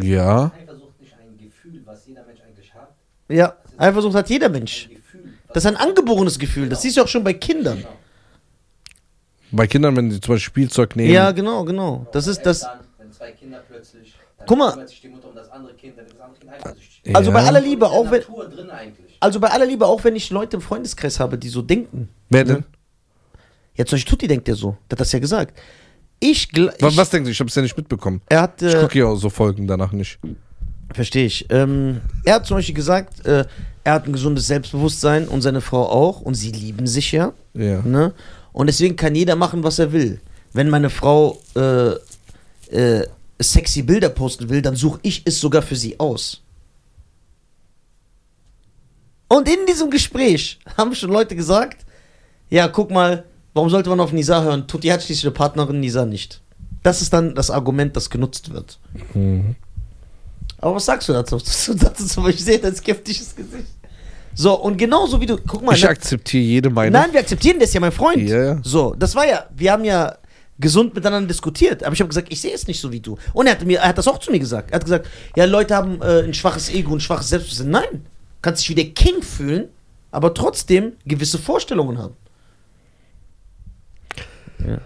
Speaker 2: Ja.
Speaker 3: Eifersucht nicht ein Gefühl, was jeder Mensch eigentlich hat.
Speaker 1: Ja, Eifersucht hat jeder
Speaker 3: Ein
Speaker 1: Mensch.
Speaker 3: Gefühl, was
Speaker 1: Das ist ein angeborenes Gefühl. Das siehst du auch schon bei Kindern.
Speaker 2: Bei Kindern, wenn die zum Beispiel Spielzeug nehmen.
Speaker 1: Ja, genau, genau. Das ist das.
Speaker 3: Eltern, wenn zwei Kinder plötzlich, dann
Speaker 1: Guck mal.
Speaker 3: kümmert sich die Mutter um das andere Kind, dann wird das andere Kind eifersüchtig.
Speaker 2: Ja.
Speaker 1: Also bei aller Liebe,
Speaker 3: Das ist in
Speaker 1: auch
Speaker 3: der
Speaker 1: wenn,
Speaker 3: Natur drin eigentlich.
Speaker 1: also bei aller Liebe, auch wenn ich Leute im Freundeskreis habe, die so denken.
Speaker 2: Wer denn?
Speaker 1: Ja, zum Beispiel Tutti denkt ja so. Der hat das ja gesagt. Ich, gl-
Speaker 2: Was,
Speaker 1: ich Äh.
Speaker 2: was denkst du? Ich hab's ja nicht mitbekommen.
Speaker 1: er
Speaker 2: Ich
Speaker 1: hatte,
Speaker 2: gucke ja auch so Folgen danach nicht.
Speaker 1: verstehe ich. Ähm, er hat zum Beispiel gesagt, äh, er hat ein gesundes Selbstbewusstsein und seine Frau auch und sie lieben sich ja.
Speaker 2: Ja.
Speaker 1: Ne? Und deswegen kann jeder machen, was er will. Wenn meine Frau äh, äh, sexy Bilder posten will, dann suche ich es sogar für sie aus. Und in diesem Gespräch haben schon Leute gesagt, ja, guck mal, warum sollte man auf Nisa hören? Tutti hat schließlich eine Partnerin, Nisa nicht. Das ist dann das Argument, das genutzt wird.
Speaker 2: Mhm.
Speaker 1: Aber was sagst du dazu? dazu zum Beispiel, ich sehe dein skeptisches Gesicht. So, und genauso wie du, guck mal,
Speaker 2: Ich
Speaker 1: ne-
Speaker 2: akzeptiere jede Meinung.
Speaker 1: Nein, wir akzeptieren das ja, mein Freund.
Speaker 2: Ja, ja.
Speaker 1: So, das war ja, wir haben ja gesund miteinander diskutiert, aber ich habe gesagt, ich sehe es nicht so wie du. Und er hat, mir, er hat das auch zu mir gesagt. Er hat gesagt, ja, Leute haben äh, ein schwaches Ego, ein schwaches Selbstbewusstsein. Nein, kannst dich wie der King fühlen, aber trotzdem gewisse Vorstellungen haben.
Speaker 2: Ja,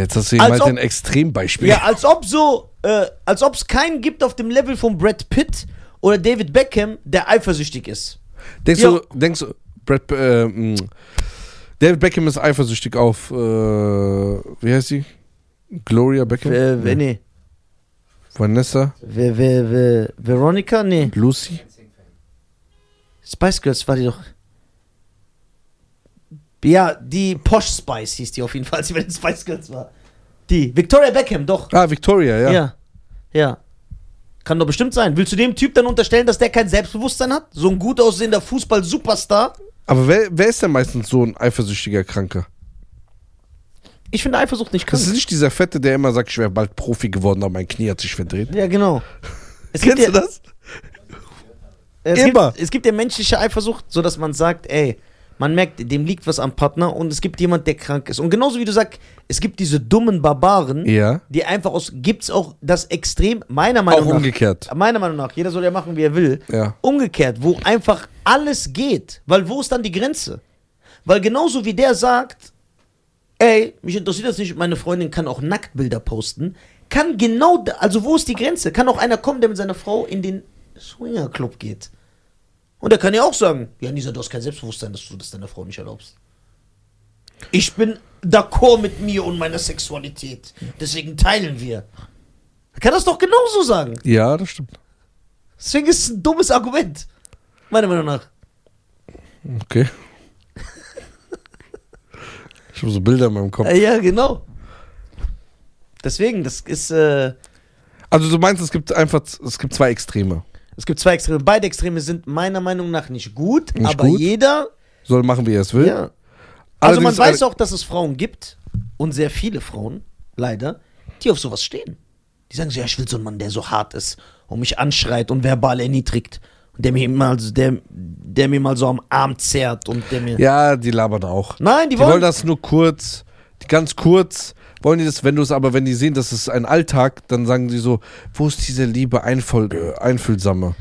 Speaker 2: jetzt hast du ihm
Speaker 1: Als
Speaker 2: halt
Speaker 1: ob-
Speaker 2: ein Extrembeispiel.
Speaker 1: Ja, als ob so, äh, als ob es keinen gibt auf dem Level von Brad Pitt oder David Beckham, der eifersüchtig ist.
Speaker 2: Denkst
Speaker 1: Ja.
Speaker 2: du, denkst du, Brad, äh, mh, David Beckham ist eifersüchtig auf, äh, wie heißt sie? Gloria Beckham?
Speaker 1: Äh, nee.
Speaker 2: Vanessa?
Speaker 1: Wer, wer, wer, Veronica? Nee.
Speaker 2: Lucy?
Speaker 1: Spice Girls war die doch. Ja, die Posh Spice hieß die auf jeden Fall, als sie bei den Spice Girls war. Die. Victoria Beckham, doch.
Speaker 2: Ah, Victoria, ja.
Speaker 1: Ja. ja. Kann doch bestimmt sein. Willst du dem Typ dann unterstellen, dass der kein Selbstbewusstsein hat? So ein gut aussehender Fußball-Superstar?
Speaker 2: Aber wer, wer ist denn meistens so ein eifersüchtiger Kranker?
Speaker 1: Ich finde Eifersucht nicht
Speaker 2: Das ist
Speaker 1: krass.
Speaker 2: nicht dieser Fette, der immer sagt, ich wäre bald Profi geworden, aber mein Knie hat sich verdreht.
Speaker 1: Ja, genau. Es
Speaker 2: Kennst du
Speaker 1: ja,
Speaker 2: das?
Speaker 1: es
Speaker 2: Immer.
Speaker 1: Gibt, es gibt ja menschliche Eifersucht, sodass man sagt, ey, man merkt, dem liegt was am Partner und es gibt jemand, der krank ist. Und genauso wie du sagst, es gibt diese dummen Barbaren,
Speaker 2: Ja.
Speaker 1: die einfach aus. Gibt es auch das Extrem, meiner
Speaker 2: Auch
Speaker 1: Meinung nach.
Speaker 2: umgekehrt.
Speaker 1: Meiner Meinung nach, jeder soll ja machen, wie er will.
Speaker 2: Ja.
Speaker 1: Umgekehrt, wo einfach alles geht. Weil wo ist dann die Grenze? Weil genauso wie der sagt, ey, mich interessiert das nicht, meine Freundin kann auch Nacktbilder posten, kann genau, da, also wo ist die Grenze? Kann auch einer kommen, der mit seiner Frau in den Swingerclub geht. Und der kann ja auch sagen, ja, Nisa, du hast kein Selbstbewusstsein, dass du das deiner Frau nicht erlaubst. Ich bin d'accord mit mir und meiner Sexualität. Deswegen teilen wir. Er kann das doch genauso sagen.
Speaker 2: Ja, das stimmt.
Speaker 1: Deswegen ist es ein dummes Argument. Meiner Meinung nach.
Speaker 2: Okay. ich habe so Bilder in meinem Kopf.
Speaker 1: Äh, ja, genau. Deswegen, das ist, äh,
Speaker 2: Also du meinst, es gibt einfach, es gibt zwei Extreme.
Speaker 1: es gibt zwei Extreme. Beide Extreme sind meiner Meinung nach nicht gut,
Speaker 2: Nicht
Speaker 1: aber
Speaker 2: gut?
Speaker 1: jeder.
Speaker 2: Soll machen, wie er es will.
Speaker 1: Ja. Also man
Speaker 2: Allerdings-
Speaker 1: weiß auch, dass es Frauen gibt und sehr viele Frauen, leider, die auf sowas stehen. Die sagen so, ja, ich will so einen Mann, der so hart ist und mich anschreit und verbal erniedrigt. Und der mir mal, so- der, der mir mal so am Arm zerrt und der mir.
Speaker 2: Ja, die labern auch.
Speaker 1: Nein, die
Speaker 2: Die wollen
Speaker 1: wollen.
Speaker 2: das nur kurz, die ganz kurz. Wollen die das, wenn du es aber, wenn die sehen, das ist ein Alltag, dann sagen sie so, wo ist diese Liebe einvoll, äh, einfühlsame?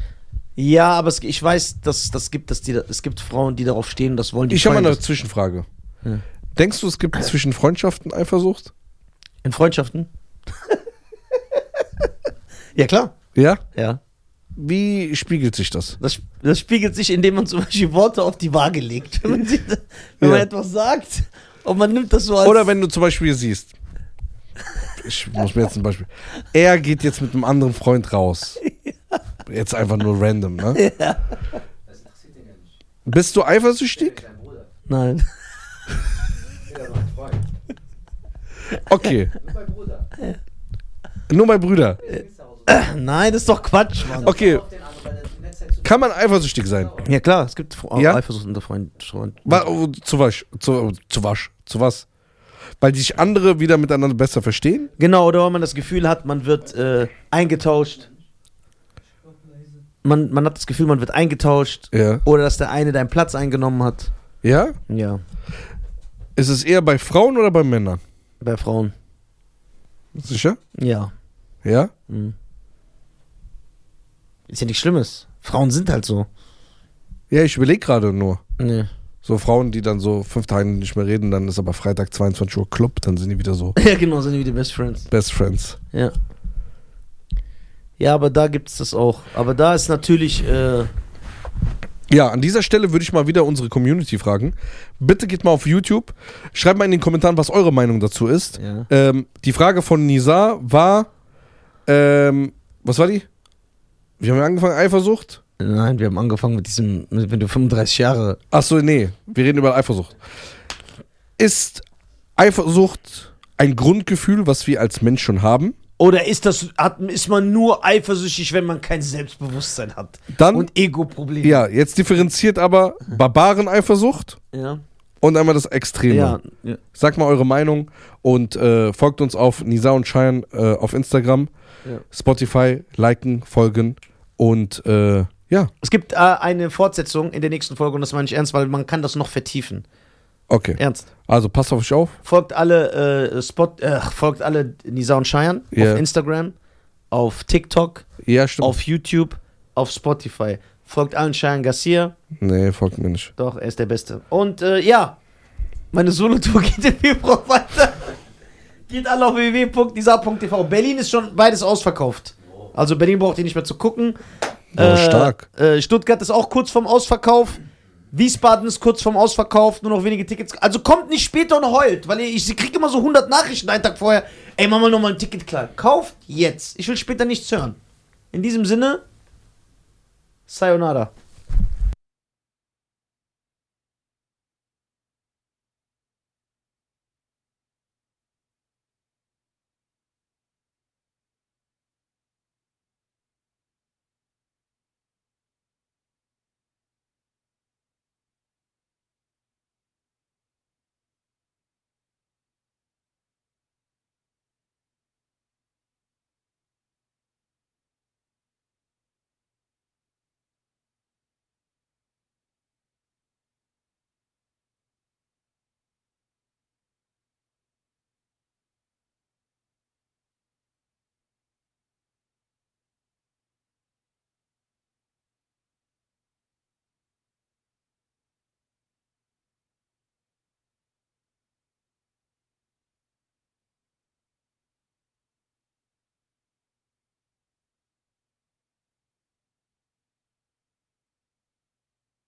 Speaker 1: Ja, aber es, ich weiß, dass das gibt, dass die, da- es gibt Frauen, die darauf stehen, das wollen die.
Speaker 2: Ich habe mal
Speaker 1: feiern
Speaker 2: eine
Speaker 1: das.
Speaker 2: Zwischenfrage. Denkst du, es gibt zwischen Freundschaften Eifersucht?
Speaker 1: in Freundschaften. ja klar,
Speaker 2: Ja?
Speaker 1: ja.
Speaker 2: Wie spiegelt sich das?
Speaker 1: Das, das spiegelt sich, indem man zum Beispiel Worte auf die Waage legt, wenn man, sie, wenn man
Speaker 2: Ja.
Speaker 1: etwas sagt und man nimmt das so als.
Speaker 2: Oder wenn du zum Beispiel siehst, ich muss mir jetzt ein Beispiel, er geht jetzt mit einem anderen Freund raus. Jetzt einfach nur random, ne?
Speaker 3: Das interessiert den ja nicht.
Speaker 2: Bist du
Speaker 3: Der ist
Speaker 2: eifersüchtig?
Speaker 3: dein Bruder.
Speaker 1: Nein.
Speaker 3: Der ist mein Freund.
Speaker 2: Okay,
Speaker 3: Du bist mein Bruder.
Speaker 2: nur mein Bruder.
Speaker 3: Der ist auch so. Der
Speaker 1: Nein, das ist doch Quatsch, Mann.
Speaker 2: Okay,
Speaker 3: braucht den anderen, weil der die ganze Zeit zu-
Speaker 2: kann man eifersüchtig sein?
Speaker 1: Ja klar, es gibt Fre
Speaker 2: Ja?
Speaker 1: Eifersucht unter Freunden. Freund.
Speaker 2: Wa- oh, Zu was? Zu, zu was? Zu was? Weil sich andere wieder miteinander besser verstehen?
Speaker 1: Genau, oder wenn man das Gefühl hat, man wird äh, eingetauscht. Man, man hat das Gefühl, man wird eingetauscht.
Speaker 2: Ja.
Speaker 1: Oder dass der eine deinen Platz eingenommen hat.
Speaker 2: Ja?
Speaker 1: Ja,
Speaker 2: Ist es eher bei Frauen oder bei Männern?
Speaker 1: bei Frauen.
Speaker 2: Sicher?
Speaker 1: Ja.
Speaker 2: Ja?
Speaker 1: Mhm. Ist ja nichts Schlimmes. Frauen sind halt so.
Speaker 2: Ja, ich überlege gerade nur.
Speaker 1: Nee.
Speaker 2: So Frauen, die dann so fünf Tage nicht mehr reden, dann ist aber Freitag 22 Uhr Club, dann sind die wieder so
Speaker 1: Ja, genau, sind die wie die Best Friends.
Speaker 2: Best Friends.
Speaker 1: Ja. Ja, aber da gibt's das auch. Aber da ist natürlich, äh,
Speaker 2: Ja, an dieser Stelle würde ich mal wieder unsere Community fragen. Bitte geht mal auf YouTube, schreibt mal in den Kommentaren, was eure Meinung dazu ist.
Speaker 1: Ja.
Speaker 2: Ähm, die Frage von Nisa war, ähm, was war die? Wir haben ja angefangen, Eifersucht.
Speaker 1: Nein, wir haben angefangen mit diesem, mit- wenn du 35 Jahre.
Speaker 2: Achso, nee, wir reden über Eifersucht. Ist Eifersucht ein Grundgefühl, was wir als Mensch schon haben?
Speaker 5: Oder ist, das, hat, ist man nur eifersüchtig, wenn man kein Selbstbewusstsein hat?
Speaker 2: Dann-
Speaker 5: und Ego-Probleme.
Speaker 2: Ja, jetzt differenziert aber Barbaren-Eifersucht
Speaker 1: Ja.
Speaker 2: und einmal das Extreme.
Speaker 1: Ja. ja.
Speaker 2: Sagt mal eure Meinung und äh, folgt uns auf Nisa und Schein äh, auf Instagram,
Speaker 1: Ja.
Speaker 2: Spotify, liken, folgen und äh, ja,
Speaker 1: Es gibt äh, eine Fortsetzung in der nächsten Folge und das meine ich ernst, weil man kann das noch vertiefen.
Speaker 2: okay.
Speaker 1: Ernst.
Speaker 2: Also passt auf euch auf.
Speaker 1: Folgt alle äh, Spot, äh, folgt alle Nisa und Cheyenne
Speaker 2: Ja.
Speaker 1: auf Instagram, auf TikTok,
Speaker 2: Ja, stimmt.
Speaker 1: auf YouTube, auf Spotify. Folgt allen Cheyenne Garcia.
Speaker 2: Nee, folgt mir nicht.
Speaker 1: Doch, er ist der Beste. Und äh, ja, meine Solo-Tour geht im Februar weiter. Geht alle auf www.nisa.tv. Berlin ist schon beides ausverkauft. Also Berlin braucht ihr nicht mehr zu gucken.
Speaker 2: Boah, stark.
Speaker 1: Äh, Stuttgart ist auch kurz vorm Ausverkauf. Wiesbaden ist kurz vorm Ausverkauf, nur noch wenige Tickets. Also kommt nicht später und heult, weil ich, ich kriege immer so 100 Nachrichten einen Tag vorher. Ey, mach mal nochmal ein Ticket klar. Kauft jetzt. Ich will später nichts hören. In diesem Sinne, Sayonara.